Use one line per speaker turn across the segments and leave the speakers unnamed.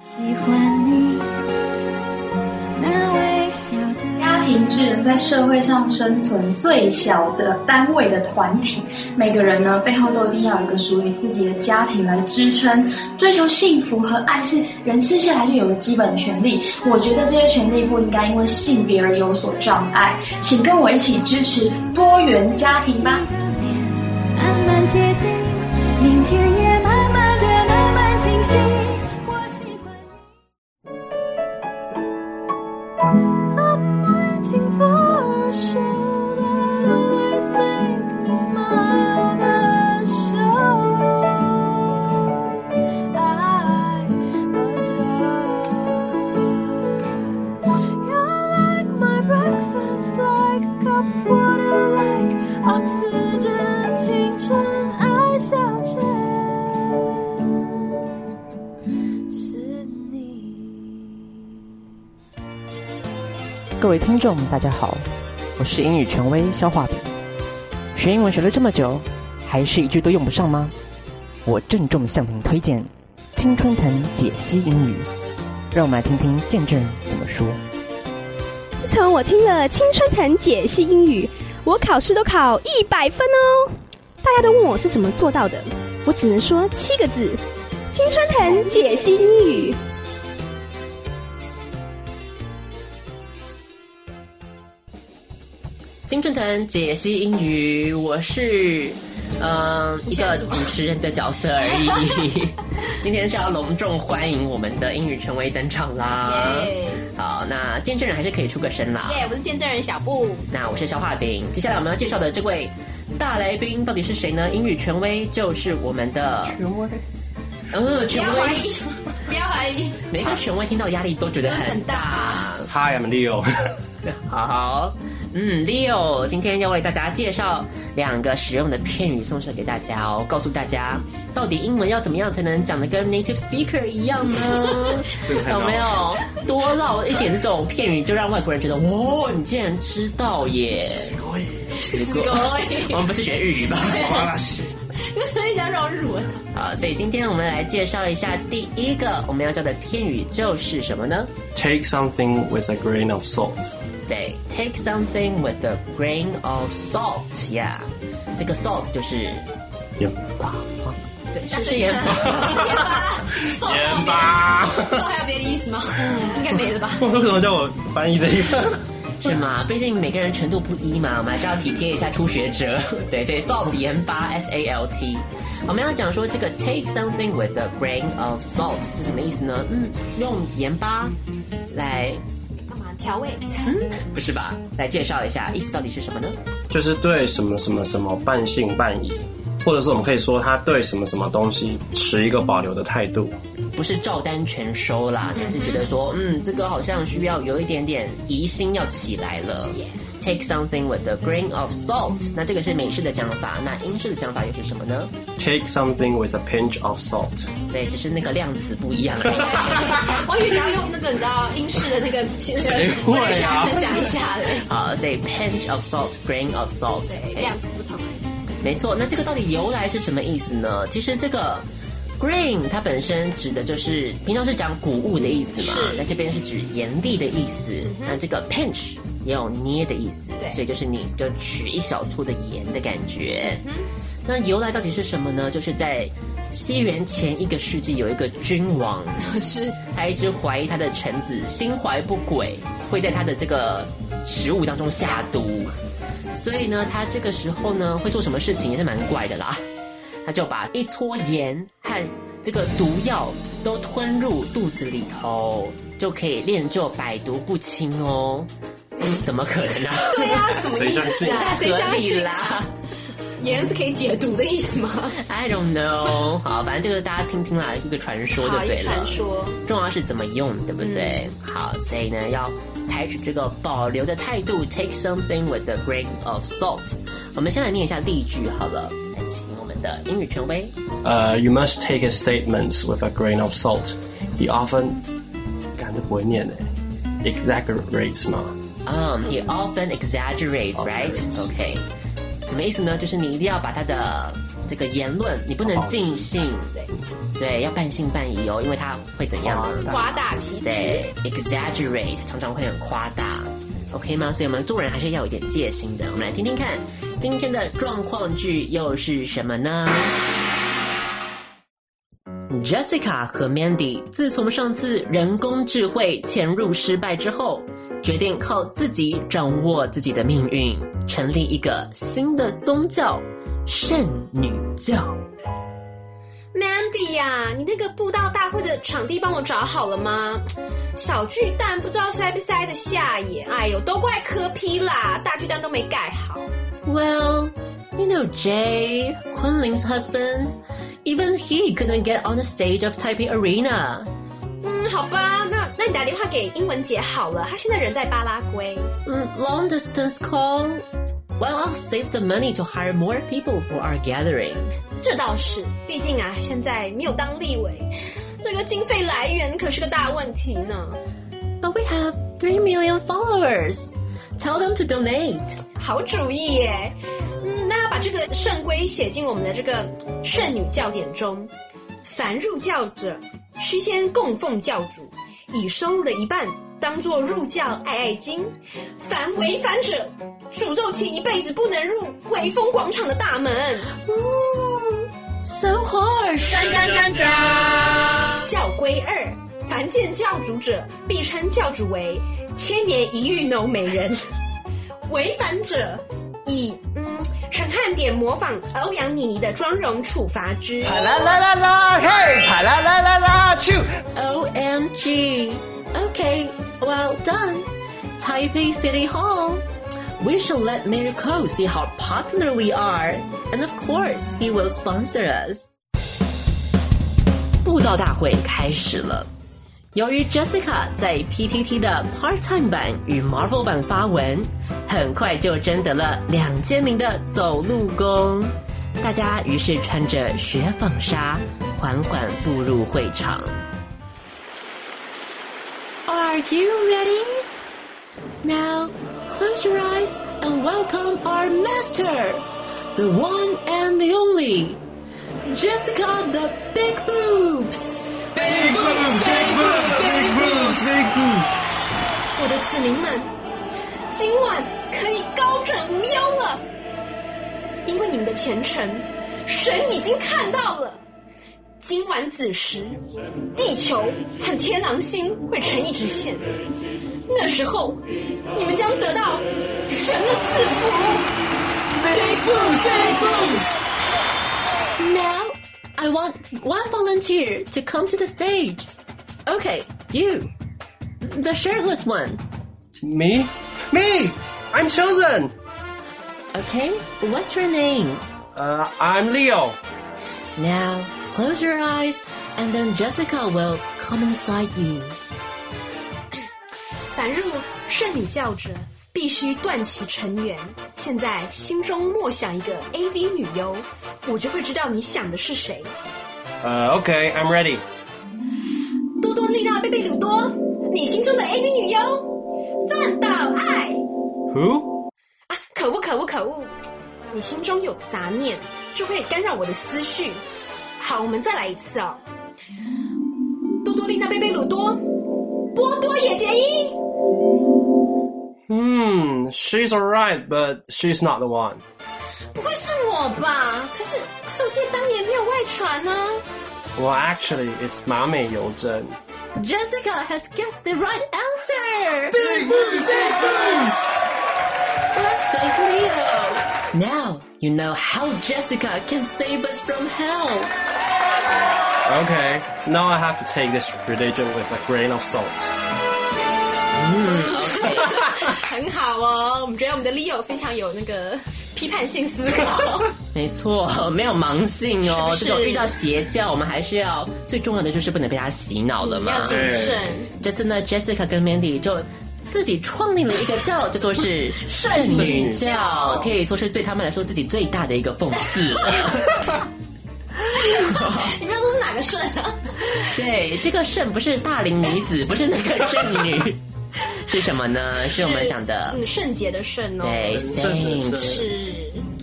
喜欢你那微笑的
家庭是人在社会上生存最小的单位的团体，每个人呢背后都一定要有一个属于自己的家庭来支撑。追求幸福和爱是人生下来就有的基本权利，我觉得这些权利不应该因为性别而有所障碍。请跟我一起支持多元家庭吧！
脸，慢慢贴近，明天也慢慢的慢慢清晰。我习惯你。I'm waiting for a show that always make me smile. A show I adore. You're like my breakfast, like a cup of water, like oxygen, 青春爱消遣，是你。
各位听众，大家好，我是英语权威肖化平。学英文学了这么久，还是一句都用不上吗？我郑重向您推荐《青春藤解析英语》，让我们来听听见证人怎么说。
自从我听了青春藤解析英语，我考试都考一百分哦。大家都问我是怎么做到的，我只能说七个字：青春藤解析英语。
金春藤解析英语，我是嗯、一个主持人的角色而 已。今天是要隆重欢迎我们的英语权威登场啦！
耶
好，那见证人还是可以出个声啦。
耶！我是见证人小布，
那我是肖化饼，接下来我们要介绍的这位大来宾到底是谁呢？英语权威就是我们的
权威，
嗯
不
权
要怀
威，
疑，不要怀疑，
每个权威听到压力都觉得很大。
Hi, I'm Leo。
好，嗯，Leo 今天要为大家介绍两个实用的片语送上给大家哦，告诉大家到底英文要怎么样才能讲的跟 native speaker 一 样呢？
的太
有
闹了
没有多唠一点这种片语，就让外国人觉得哇，你竟然知道耶？我们不是学日 语吧？
哇啦西，
为什么一定要绕日文？
好，所以今天我们来介绍一下第一个我们要教的片语就是什么呢？
Take something with a grain of salt。
对，take something with a grain of salt，yeah，这个 salt 就是
盐巴，
对，是是盐巴。
盐巴，
盐 巴。
这还有别的意思吗？应该没了吧？
我说为什么叫我翻译这个？
是吗？毕竟每个人程度不一嘛，我们还是要体贴一下初学者。 对，所以 salt 盐巴 S A L T，我们要讲说这个 take something with a grain of salt 是什么意思呢？嗯，用盐巴来，
干嘛调味？
不是吧？来介绍一下意思到底是什么呢？
就是对什么什么什么半信半疑，或者是我们可以说他对什么什么东西持一个保留的态度。
不是照单全收啦，但是觉得说，嗯，这个好像需要有一点点疑心要起来了。Take something with a grain of salt，那这个是美式的讲法，那英式的讲法又是什么呢？
Take something with a pinch of salt。
对，只是那个量词不一样而 已。
我以为你要用那个你知道英式的那个，谁
会啊
讲一下的，
好，啊所以 pinch of salt, grain of salt，
对，
哎
量子不同而已。
没错。那这个到底由来是什么意思呢？其实这个 grain 它本身指的就是平常是讲谷物的意思嘛，那这边是指严厉的意思。那这个 pinch 也有捏的意思，
嗯对
所以就是你就取一小撮的盐的感觉。
嗯
那由来到底是什么呢？就是在西元前一个世纪，有一个君王，
是
他一直怀疑他的臣子心怀不轨，会在他的这个食物当中下毒，所以呢，他这个时候呢会做什么事情也是蛮怪的啦。他就把一撮盐和这个毒药都吞入肚子里头，就可以练就百毒不侵哦。嗯怎么可能啊？
对 呀，什么意思啊？谁
合
相
理
信
啦？
盐是可以解毒的意思吗？
I don't know。好，反正这个大家听听啦，一个传说就
好，
对
一
了
传。说，嗯
重要是怎么用，对不对？好，所以呢，要采取这个保留的态度，take something with a grain of salt。我们先来念一下例句好了，来请我们的英语权威。
呃、y o u Uh, must take his statements with a grain of salt. He often，感觉不会念哎，exaggerates 嘛。
Um, he often exaggerates, right?
Operates.
OK，什么意思呢？就是你一定要把他的这个言论，你不能尽信，对对，要半信半疑哦，因为他会怎样呢？
夸大其词。
对，exaggerate 常常会很夸大，OK 吗？所以我们做人还是要有一点戒心的。我们来听听看，今天的状况句又是什么呢？Jessica 和 Mandy 自从上次人工智慧潜入失败之后，决定靠自己掌握自己的命运，成立一个新的宗教——圣女教。
Mandy 呀、你那个布道大会的场地帮我找好了吗？小巨蛋不知道塞不塞得下耶！哎呦，都怪柯批啦，大巨蛋都没盖好。
Well, you know Jay, Quinlin's husband. Even he couldn't get on the stage of Taipei Arena.
嗯，好吧，那那你打电话给英文姐好了，她现在人在巴拉圭。
Mm, Long distance call? Well, I'll save the money to hire more people for our gathering.
这倒是，毕竟啊，现在没有当立委，这个经费来源可是个大问题呢。
But we have 3 million followers. Tell them to donate.
好主意耶！嗯，那要把这个圣规写进我们的这个圣女教典中。凡入教者，须先供奉教主，以收入的一半当做入教爱爱金；凡违反者，诅咒其一辈子不能入威风广场的大门。
Ooh, so harsh.
教规二，凡见教主者，必称教主为千年一遇浓美人。违反者，以嗯陈汉典模仿欧阳妮妮的妆容处罚之。
啪啦啦啦啦，嘿，啪啦啦啦啦，啾！
OMG. Okay, well done. Taipei City Hall. We shall let Mayor Ko see how popular we are. And of course, he will sponsor us. 布道大会开始了。由于 Jessica 在 PTT 的 Part Time 版与 Marvel 版发文，很快就征得了两千名的走路工。大家于是穿着雪纺纱，缓缓步入会场。Are you ready? Now, close your eyes and welcome our master, the one and the only, Jessica the Big Boobs. Big boobs, big boobs, big boobs.
我的子民们，今晚可以高枕无忧了，因为你们的前程，神已经看到了。今晚子时，地球和天狼星会成一直线，那时候你们将得到神的赐福。
Big boobs, big boobs. Now, I want one volunteer to come to the stage. Okay, you, the shirtless one.
Me?
Me,
I'm chosen!
Okay, what's your name?
Uh, I'm Leo.
Now, close your eyes, and then Jessica will come inside you.
凡入圣女教者，必须断其尘缘。现在心中默想一个 AV 女优，我就会知道你想的是谁。
Uh, okay, I'm ready.
多多丽娜贝贝鲁多，你心中的 AV 女优，范岛爱
Who?
啊！可恶可恶可恶！你心中有杂念，就会干扰我的思绪。好，我们再来一次哦。多多丽娜贝贝鲁多，波多野结衣，
Hmm, she's alright, but she's not the one.
不会是我吧？可是可是我记得当年没有外传呢、啊
Well, actually, it's Mame Yozhen.
Jessica has guessed the right answer!
Big boobs, big boobs!
Let's thank Leo! Now, you know how Jessica can save us from hell!
Okay, now I have to take this religion with a grain of salt.
很好哦，我们觉得我们的 Leo 非常有那个批判性思 考。
没错，没有盲信哦。
是不是
这种遇到邪教，我们还是要最重要的就是不能被他洗脑了嘛。
要谨慎，
这次呢，Jessica 跟 Mandy 就自己创立了一个教，叫做是 圣女教，可以说是对他们来说自己最大的一个讽刺。
你不要说是哪个肾啊？
对，这个圣不是大龄女子，不是那个圣 女，是什么呢？是我们讲的
嗯，圣洁的圣哦，
对
圣的圣
Saint
是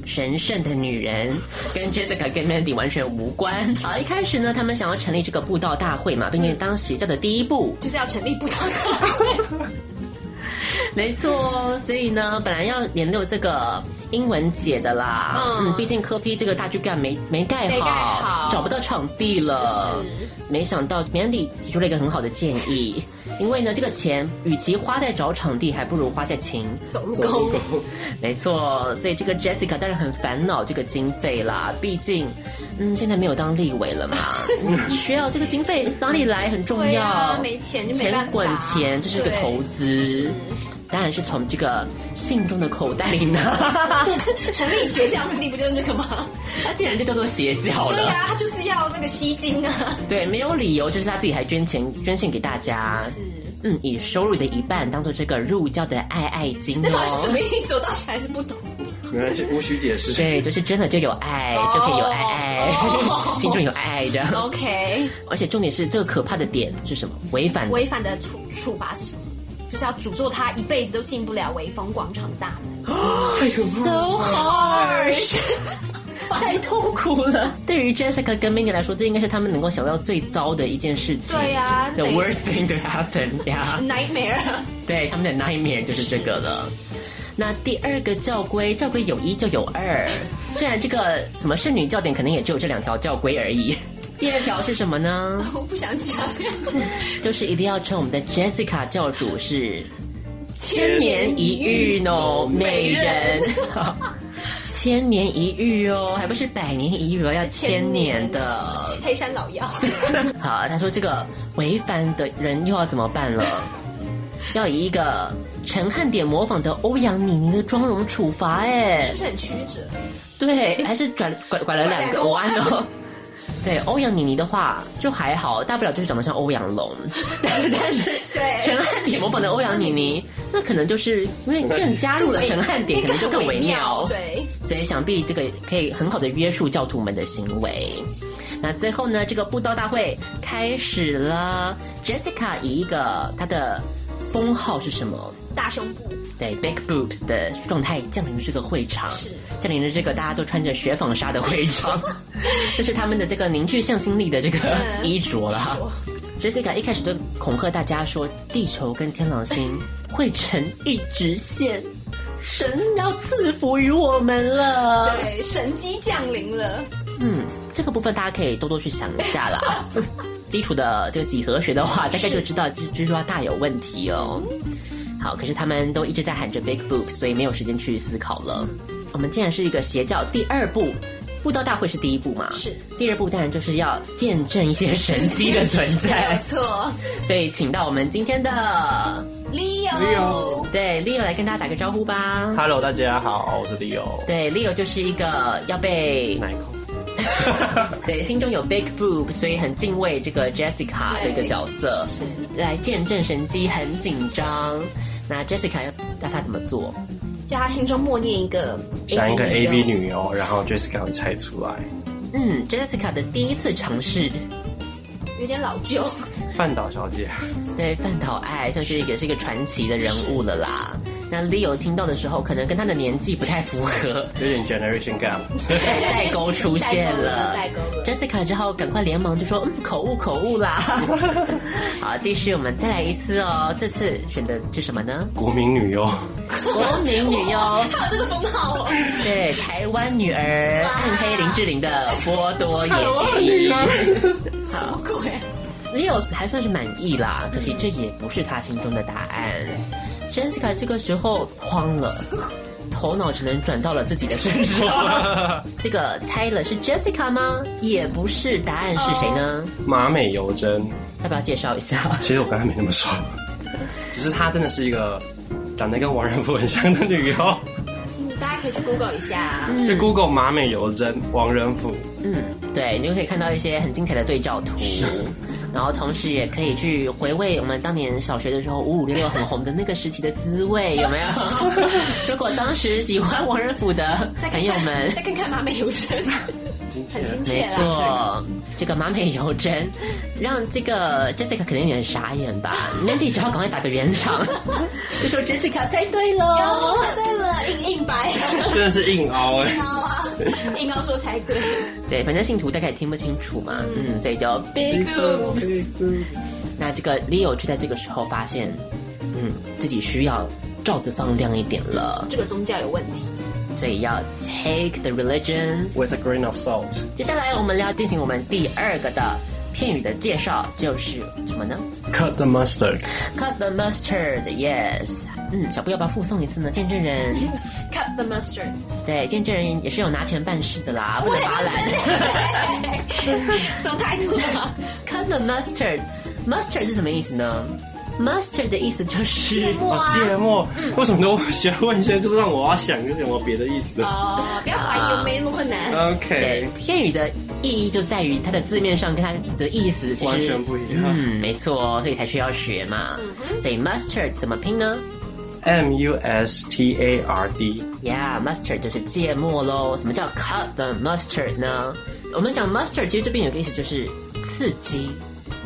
神圣的女人，跟 Jessica 跟 Mandy 完全无关。好，一开始呢，他们想要成立这个布道大会嘛，
嗯
并且当邪教的第一步，
就是要成立不同 的
没错哦，所以呢，本来要联络这个英文姐的啦，
嗯
嗯，毕竟科批这个大巨蛋没没盖好，
没盖好
找不到场地了。
是是
没想到 Mandy 提出了一个很好的建议，因为呢，这个钱与其花在找场地，还不如花在请
走路工。
没错，所以这个 Jessica 当然很烦恼这个经费啦，毕竟，嗯，现在没有当立委 了嘛，嗯需要这个经费哪里来很重
对
要，
啊，没钱就没
钱
办法。
滚钱，这是个
对
投资，当然是从这个信众的口袋里 拿，
成立邪教目的不就是这个吗？
他竟然就叫做邪教
对啊
了，
呀、他就是要那个吸金啊。
对，没有理由，就是他自己还捐钱捐献给大家，
是
嗯，以收入的一半当做这个入教的爱爱金
那到底是 什
哦
么。意思？我到底还是不懂。
原来是无需解释。
对，就是捐了就有爱，
哦
就可以有爱爱
哦，
心中有爱爱这样。
OK，
而且重点是，这个可怕的点是什么？违反
违反的处处罚是什么？就是要诅咒他一辈子都进不了威风广场大门。
so harsh，太痛苦了。对于 Jessica 跟 Mandy 来说，这应该是他们能够想到最糟的一件事情。
对呀
t h
等
e
于
worst thing to happen 呀、
Nightmare，
对，他们的 nightmare 就是这个了。那第二个教规，教规有一就有二。虽然这个什么圣女教典可能也只有这两条教规而 已。第二条是什么呢？
我不想讲。
就是一定要称我们的 Jessica 教主是千年一遇哦，美人， 千年一遇哦，还不是百年一遇哦，要千年的。
黑山老妖，
好，他说这个违反的人又要怎么办了？要以一个陈汉典模仿的欧阳妮妮的妆容处罚，哎
是不，是很曲折？
对，还是转拐拐了两个弯哦。 对欧阳妮妮的话就还好，大不了就是长得像欧阳龙， 但但是
对
陈汉典模仿的欧阳妮妮，那可能就是因为更加入了陈汉典，可能就更微妙。，
对，
所以想必这个可以很好的约束教徒们的行为。那最后呢，这个布道大会开始了。Jessica 以一个她的封号是什么？
大胸部
对，big boobs 的状态降临了这个会场，
是
降临了这个大家都穿着雪纺纱的会场，这是他们的这个凝聚向心力的这个
嗯
衣着啦。Jessica 一开始都恐吓大家说，地球跟天狼星会成一直线，神要赐福于我们了。
对，神机降临了，
嗯，这个部分大家可以多多去想一下 啦。基础的这个几何学的话，大概就知道蜘蜘蛛蛙大有问题哦。好，可是他们都一直在喊着 big boobs，所以没有时间去思考了。我们既然是一个邪教，第二步。布道大会是第一步嘛？
是。
第二步当然就是要见证一些神迹的存
没有
在，
错。
所以请到我们今天的
Leo，
对 Leo 来跟大家打个招呼吧。
Hello，大家好，我是 Leo。
对，Leo 就是一个要被
奶控。
对，心中有 big boob，所以很敬畏这个 Jessica 的一个角色，来见证神机，很紧张。那 Jessica 要要他怎么做？
就他心中默念一个
像一个
AV
AV 女优，然后 Jessica 会猜出来，
嗯，Jessica 的第一次尝试，
有点老旧，
范岛小姐。
对范岛爱算是也是一个传奇的人物了啦。那 Leo 听到的时候，可能跟他的年纪不太符 合，
有点 generation gap。
代沟出现了。
代沟了代
Jessica 只好赶快连忙就说：“嗯，口误，口误啦。” 好，继续，我们再来一次哦。这次选的是什么呢？
国民女 优，
国民女优，
他有这个封号哦。
对，台湾女儿，暗黑林志玲的波多野结衣。好
鬼
Leo 还算是满意啦，可惜这也不是他心中的答案。Jessica 这个时候慌了，头脑只能转到了自己的 身上。这个猜了是 Jessica 吗？也不是，答案是谁呢？
哦
马美尤真。
要不要介绍一下？
其实我跟她没那么熟，只是她真的是一个长得跟王仁甫很像的女优。
嗯大家可以去 Google 一下，
就 Google 马美尤真、王仁甫，
嗯，对，你就可以看到一些很精彩的对照图，然后同时也可以去回味我们当年小学的时候五五六六很红的那个时期的滋味，有没 有？如果当时喜欢王仁甫的朋友们，
再看看马美有声，
已经
很亲切
没
啦。
错，这个马美油针让这个 Jessica 肯定有点傻眼吧？Mandy 只好赶快打个圆 场，就说 Jessica 猜对喽。
哦，对了，硬硬白，
真的是硬凹哎、
硬凹啊，硬凹说才对。
对，反正信徒大概也听不清楚嘛，嗯，所以叫 Big
呃
Boobs。那这个 Leo 就在这个时候发现，嗯，自己需要罩子放亮一点了，
这个宗教有问题，
所以要 take the religion。
With a grain of salt，
接下来我们要进行我们第二个的片语的介绍，就是什么呢
cut the mustard，
？Cut the mustard，yes。嗯，小布要不要附送一次呢？见证 人，
cut the mustard。
对，见证人也是有拿钱办事的啦，不能发懒。
什么态度啊？
Cut the mustard，mustard 是什么意思呢？mustard 的意思就是
哦，芥末，为什么都学问一些，就是让我要想就是有没有别的意思呢
哦，不要怀疑，没那么困难。
对
？OK，
片语的意义就在于它的字面上跟它的意思其实
完全不一样
嗯，没错，所以才需要学嘛。所以 mustard 怎么拼呢
，M U S T A R D，
？Yeah，mustard 就是芥末喽。什么叫 cut the mustard 呢？我们讲 mustard，其实这边有个意思就是刺激。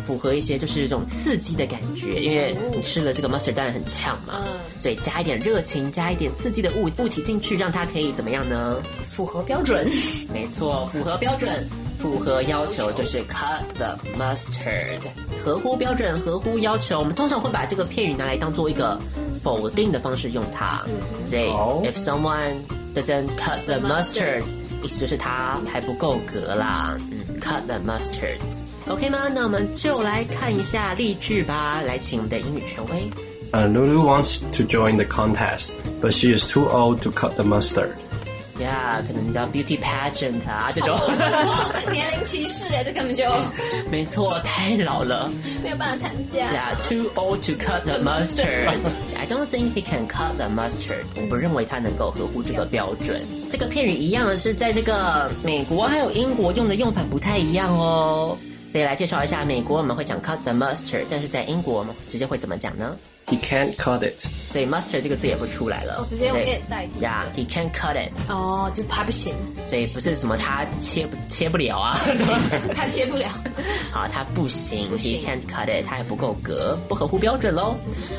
符合一些就是这种刺激的感觉，因为你吃了这个 mustard 当然很呛嘛，
嗯
所以加一点热情，加一点刺激的物物体进去，让它可以怎么样呢？
符合标准。
没错，符合标准，符合要求就是 cut the mustard，合乎标准，合乎要求。我们通常会把这个片语拿来当做一个否定的方式用它，
嗯
所以
好
if someone doesn't cut the mustard，意思就是他还不够格啦。嗯，cut the mustard。OK 吗？那我们就来看一下例句吧。来，请我们的英语权威。
Uh, Lulu wants to join the contest, but she is too old to cut the mustard.
呀、可能叫 beauty pageant 啊，这种，
哇哦年龄歧视哎，这根本就
没错，太老了。
没有办法参加。
Yeah, too old to cut the mustard. I don't think he can cut the mustard. 我不认为他能够合乎这个标准。这个片语一样的是在这个美国还有英国用的用法不太一样哦。所以来介绍一下，美国我们会讲 cut the mustard，但是在英国我们直接会怎么讲呢？
He can't cut it.
所以 mustard 这个字也不出来了，
哦直接用 it 代替
Yeah, he can't cut it.
哦，就怕不行，
所以不是什么他切不切不了啊，什么
他接不了。
啊，它不行 h
行
e can't cut it，它还不够格，不合乎标准喽。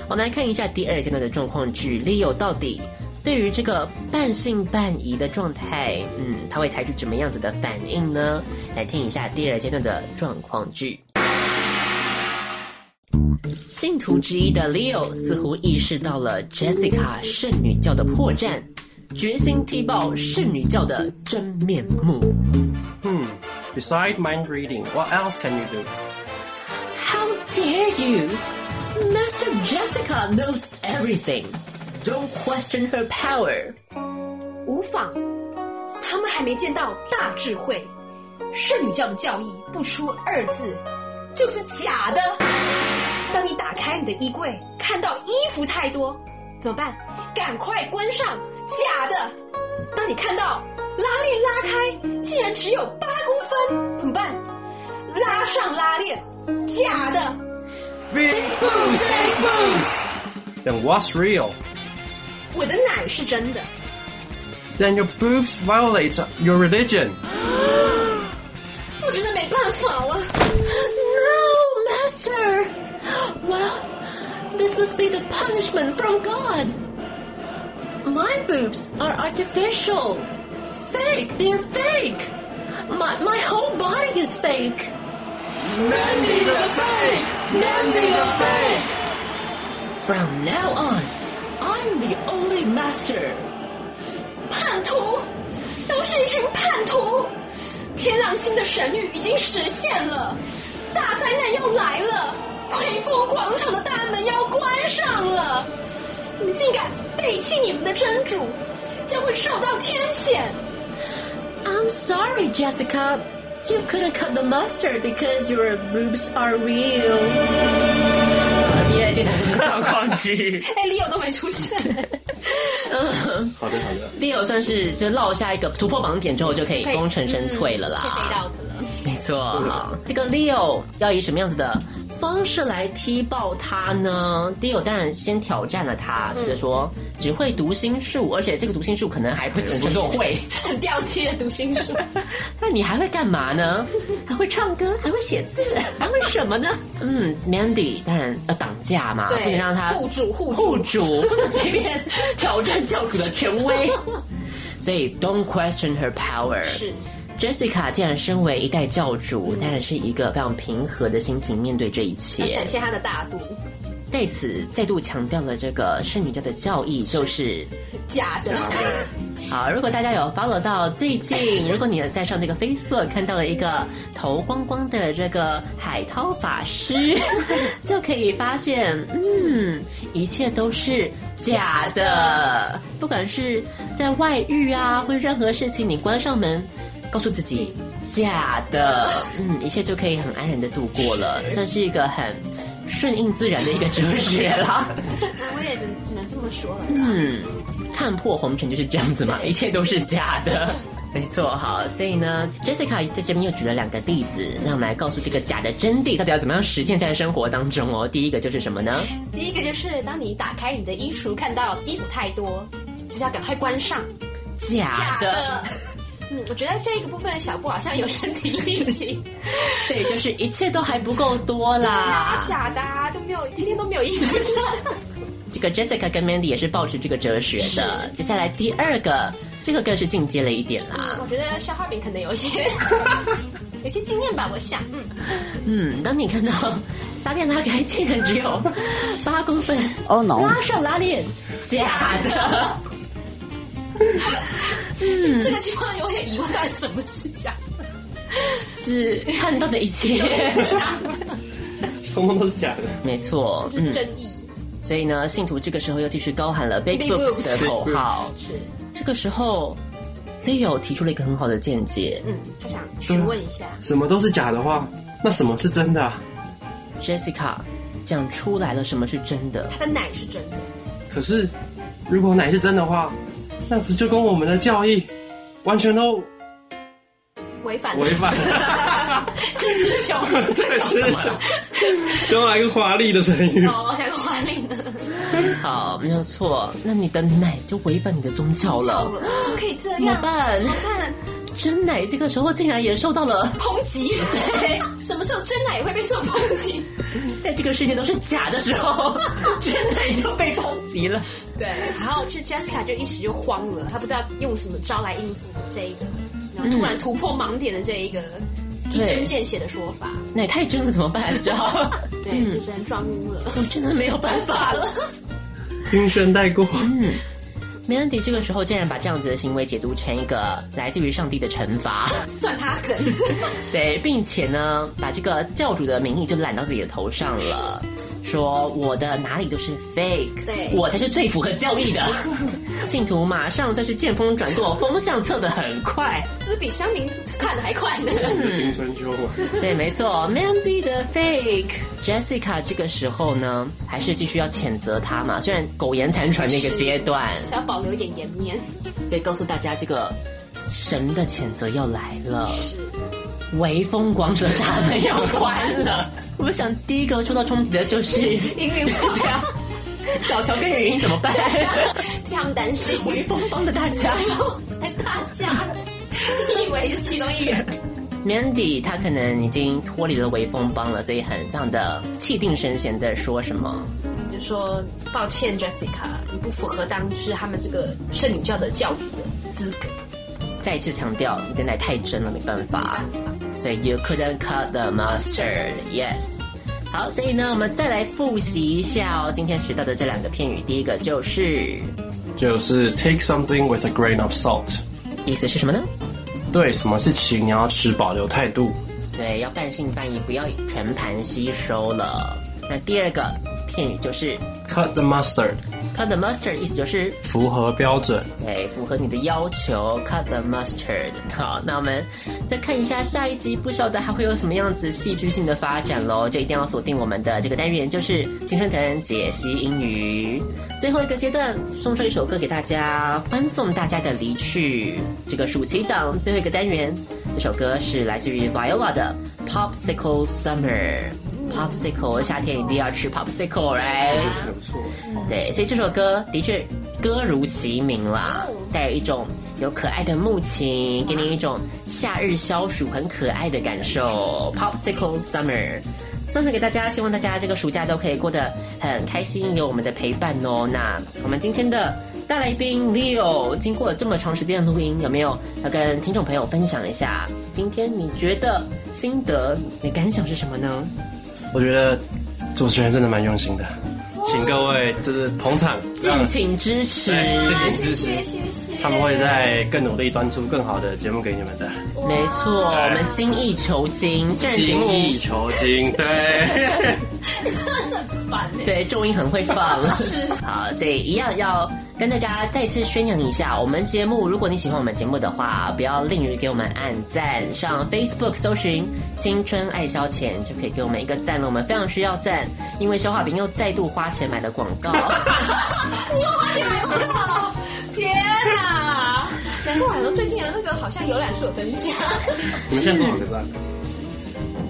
我们来看一下第二阶段的状况句，Leo 到底对于这个半信半疑的状态，嗯，他会采取怎么样子的反应呢？来听一下第二阶段的状况句。信徒之一的 Leo 似乎意识到了 Jessica 圣女教的破绽，决心踢爆圣女教的真面目。
Hmm. Beside mind reading, what else can you do?
How dare you! Master Jessica knows everything. Don't question her power.
无妨，他们还没见到大智慧。圣女教的教义不出二字，就是假的。当你打开你的衣柜，看到衣服太多，怎么办？赶快关上，假的。当你看到拉链拉开，竟然只有八公分，怎么办？拉上拉链，假的。
Big boost, big boost.
Then what's real?
我的奶是真的，
Then your boobs violates your religion.
我真的没办法了。
No, Master. Well, this must be the punishment from God. My boobs are artificial. Fake, they're fake. My, my whole body is fake. Mandy the fake! Mandy the fake! From now on, I'm the only master.
叛徒，都是一群叛徒！天狼星的神谕已经实现了，大灾难要来了，恢复广场的大门要关上了。你们竟敢背弃你们的真主，将会受到天谴！
I'm sorry, Jessica. You couldn't cut the mustard because your boobs are real.
哎，李友都没出现，
Leo 算是就落下一个突破盲点之后，就可以功成身退了
嗯被
啦。
飞到的了。嗯
没错，好这个 Leo 要以什么样子的方式来踢爆他呢？第一个，我当然先挑战了他，
嗯
就是说只会读心术，而且这个读心术可能还会很重会。
很掉漆的读心术，
那你还会干嘛 呢？还会唱歌，还会写字，还会什么呢？ 嗯，Mandy 当然要挡架嘛，啊不
对
能让他
护主护主
护主，不能随 便挑战教主的权威。 所以 Don't question her power。
是
Jessica 既然身为一代教主，当然是一个非常平和的心情面对这一
要
切
展。现他的大度，
对此再度强调了这个圣女教的教义，就是
假的，
好，如果大家有 follow 到最近，如果你在上这个 Facebook 看到了一个头光光的这个海涛法师， 就可以发现，嗯，一切都是假的。不管是在外遇啊，或者任何事情，你关上门，告诉自己假的，嗯，一切就可以很安然的度过了。这是一个很顺应自然的一个哲学啦。
我也只只能这么说了。
嗯，看破红尘就是这样子嘛，一切都是假 的。没错，好，所以呢，Jessica 在这边又举了两个例子，让我们来告诉这个假的真谛到底要怎么样实践在生活当中哦。第一个就是什么呢？
第一个就是当你打开你的衣橱，看到衣服太多，就是要赶快关上。
假
假的。嗯，我觉得这个部分小布好像有身体 力行，
所以就是一切都还不够多啦。
假的啊都没有，天天都没有衣服
啊
穿。
这个 Jessica 跟 Mandy 也是保持这个哲学的。接下来第二个，这个更是进阶了一点啦。
嗯我觉得消化饼可能有 一些有些经验吧，我想，嗯，
嗯，当你看到拉链拉开竟然只有八公分
Oh no
拉上拉链，假的。
这个情况有点疑问，到底什么是假的？
是看到的一切，
通通都是假的。
没错，
就
嗯
是，争议，
所以呢，信徒这个时候又继续高喊了 “Big
Big
Books” 的
Boobs
口号。
是，
这个时候，Leo 提出了一个很好的见解
嗯，他想询问一下，
什么都是假的话，那什么是真的、啊？
，Jessica 讲出来了什么是真 的。
他的奶是真的，
可是，如果奶是真的话，那不就跟我们的教义完全都
违反
违反？
自求。
这是就来个华丽的成语。
哦，我想个华丽呢，
好，没有错，那你的奶就违反你的宗教
笑
了
了，，怎么可以这
怎么
样？
办？
看
真奶这个时候竟然也受到了，
抨击，对，什么时候真奶也会被受抨击？
在这个世界都是假的时 候，真奶就被抨击了。
对，然后就 Jessica 就一时就慌了，她不知道用什么招来应付这一个，然后突然突破盲点的这一个一针见血的说法，
奶太真了怎么办？只好，
对，就只能装晕了。
我真的没有办法了。
晕眩带过，
Mandy 这个时候竟然把这样子的行为解读成一个来自于上帝的惩罚，
算他狠，
对，并且呢，把这个教主的名义就揽到自己的头上了，说我的哪里都是 fake，
对
我才是最符合教义的。 信徒马上算是见风转舵，风向测得很快。
就是比乡民看的还快呢。嗯
晕春秋嘛。
对，没错，Mandy 的 fake。Jessica 这个时候呢，还是继续要谴责他嘛，虽然苟延残喘的一个阶段，
想保留一点颜面，
所以告诉大家这个神的谴责要来了。微风广场大门要关 了。我想第一个受到冲击的就是
因为
对啊，小乔跟云云怎么办？
替他们担心。
微风 帮着大家。
还大家，你以为是其中一员？
Mandy 他可能已经脱离了微风帮了，所以很非常的气定神闲的说什么。
就说抱歉，Jessica，你不符合当就是他们这个圣女教的教主的资格。
再一次强调，你的奶太真了，没办法。所以 you couldn't cut the mustard. Yes. 好，所以呢，我们再来复习一下哦，今天学到的这两个片语，第一个就是
就是 take something with a grain of salt。
意思是什么呢？
对，什么事情你要持保留态度。
对，要半信半疑，不要全盘吸收了。那第二个片语就是
Cut the mustard，
cut the mustard，意思就是
符合标准。
对哎符合你的要求，cut the mustard。好，那我们再看一下下一集，不晓得还会有什么样子戏剧性的发展喽，就一定要锁定我们的这个单元，就是青春藤解析英语。最后一个阶段，送上一首歌给大家，欢送大家的离去。这个暑期档最后一个单元，这首歌是来自于 Viola 的《Popsicle Summer》。 popsicle，夏天一定要吃 popsicle，right？
不错。
对，所以这首歌的确歌如其名啦，带有一种有可爱的木琴，给你一种夏日消暑很可爱的感受。Popsicle Summer，送上给大家，希望大家这个暑假都可以过得很开心，有我们的陪伴哦。那我们今天的大来宾 Leo，经过这么长时间的录音，有没有要跟听众朋友分享一下？今天你觉得心得、你的感想是什么呢？
我觉得主持人真的蛮用心的，请各位就是捧场，
敬请支持。
对敬请支持，他们会在更努力端出更好的节目给你们的，
没错，我们精益求精，虽然节
精
目
益求精，对。
对重音很会放，是 好，所以一样要跟大家再次宣扬一下，我们节目，如果你喜欢我们节目的话，不要吝于给我们按赞，上 Facebook 搜寻“青春爱消遣”就可以给我们一个赞了，我们非常需要赞，因为消化饼又再度花钱买了广告。
你又花钱买广告，天哪！难怪好像最近的那个好像浏览数有增加，
你们现在多少个赞？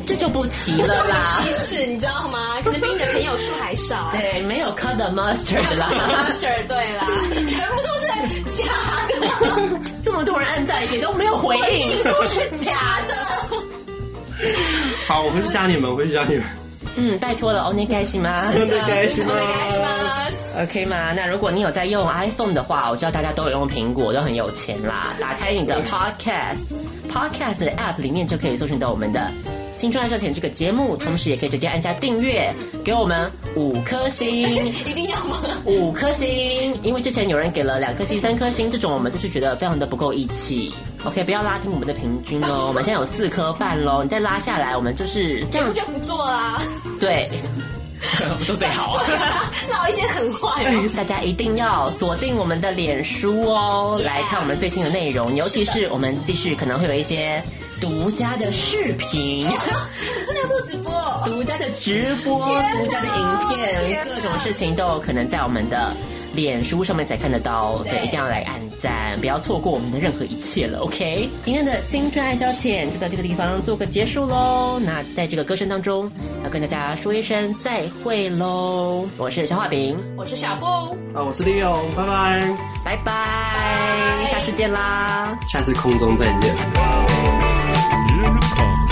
这就不提了啦
有。歧视，你知道 吗？可能比你的朋友数还 少。
对，哎没有 cut the mustard 啦，
Master 对啦，全部都是假的，
这么多人按赞也都没有回应，
都是假的。
好，我回去加你们，我回去加你们。
嗯，拜托了，哦，你开心吗？
真 的开心吗？
OK 吗？那如果你有在用 iPhone 的话，我知道大家都有用苹果，都很有钱啦。打开你的 Podcast Podcast 的 App 里面就可以搜寻到我们的《青春爱笑钱》这个节目，同时也可以直接按下订阅，给我们五颗星，
一定要吗？
五颗星。因为之前有人给了两颗星、三颗星，这种我们就是觉得非常的不够义气。OK，不要拉低我们的平均 哦，我们现在有四颗半喽，你再拉下来，我们就是这
我
样
就不啊做啦，
对，不做最 好。
唠一些狠话哟。
哎大家一定要锁定我们的脸书哦
Yeah
来看我们最新的内容，尤其是我们继续可能会有一些独家的视频、
你真的要做直播哦？
独家的直播、
天哪
独家的影片
天，哪
各种事情都有可能在我们的脸书上面才看得到，所以一定要来按赞，不要错过我们的任何一切了。OK，今 天的青春爱消遣就到这个地方做个结束喽。那在这个歌声当中，要跟大家说一声再会喽。我是小画饼。
我是小布。
啊，我是 Leo，拜拜，
拜拜，下次见啦。
下次空中再见。
Beautiful.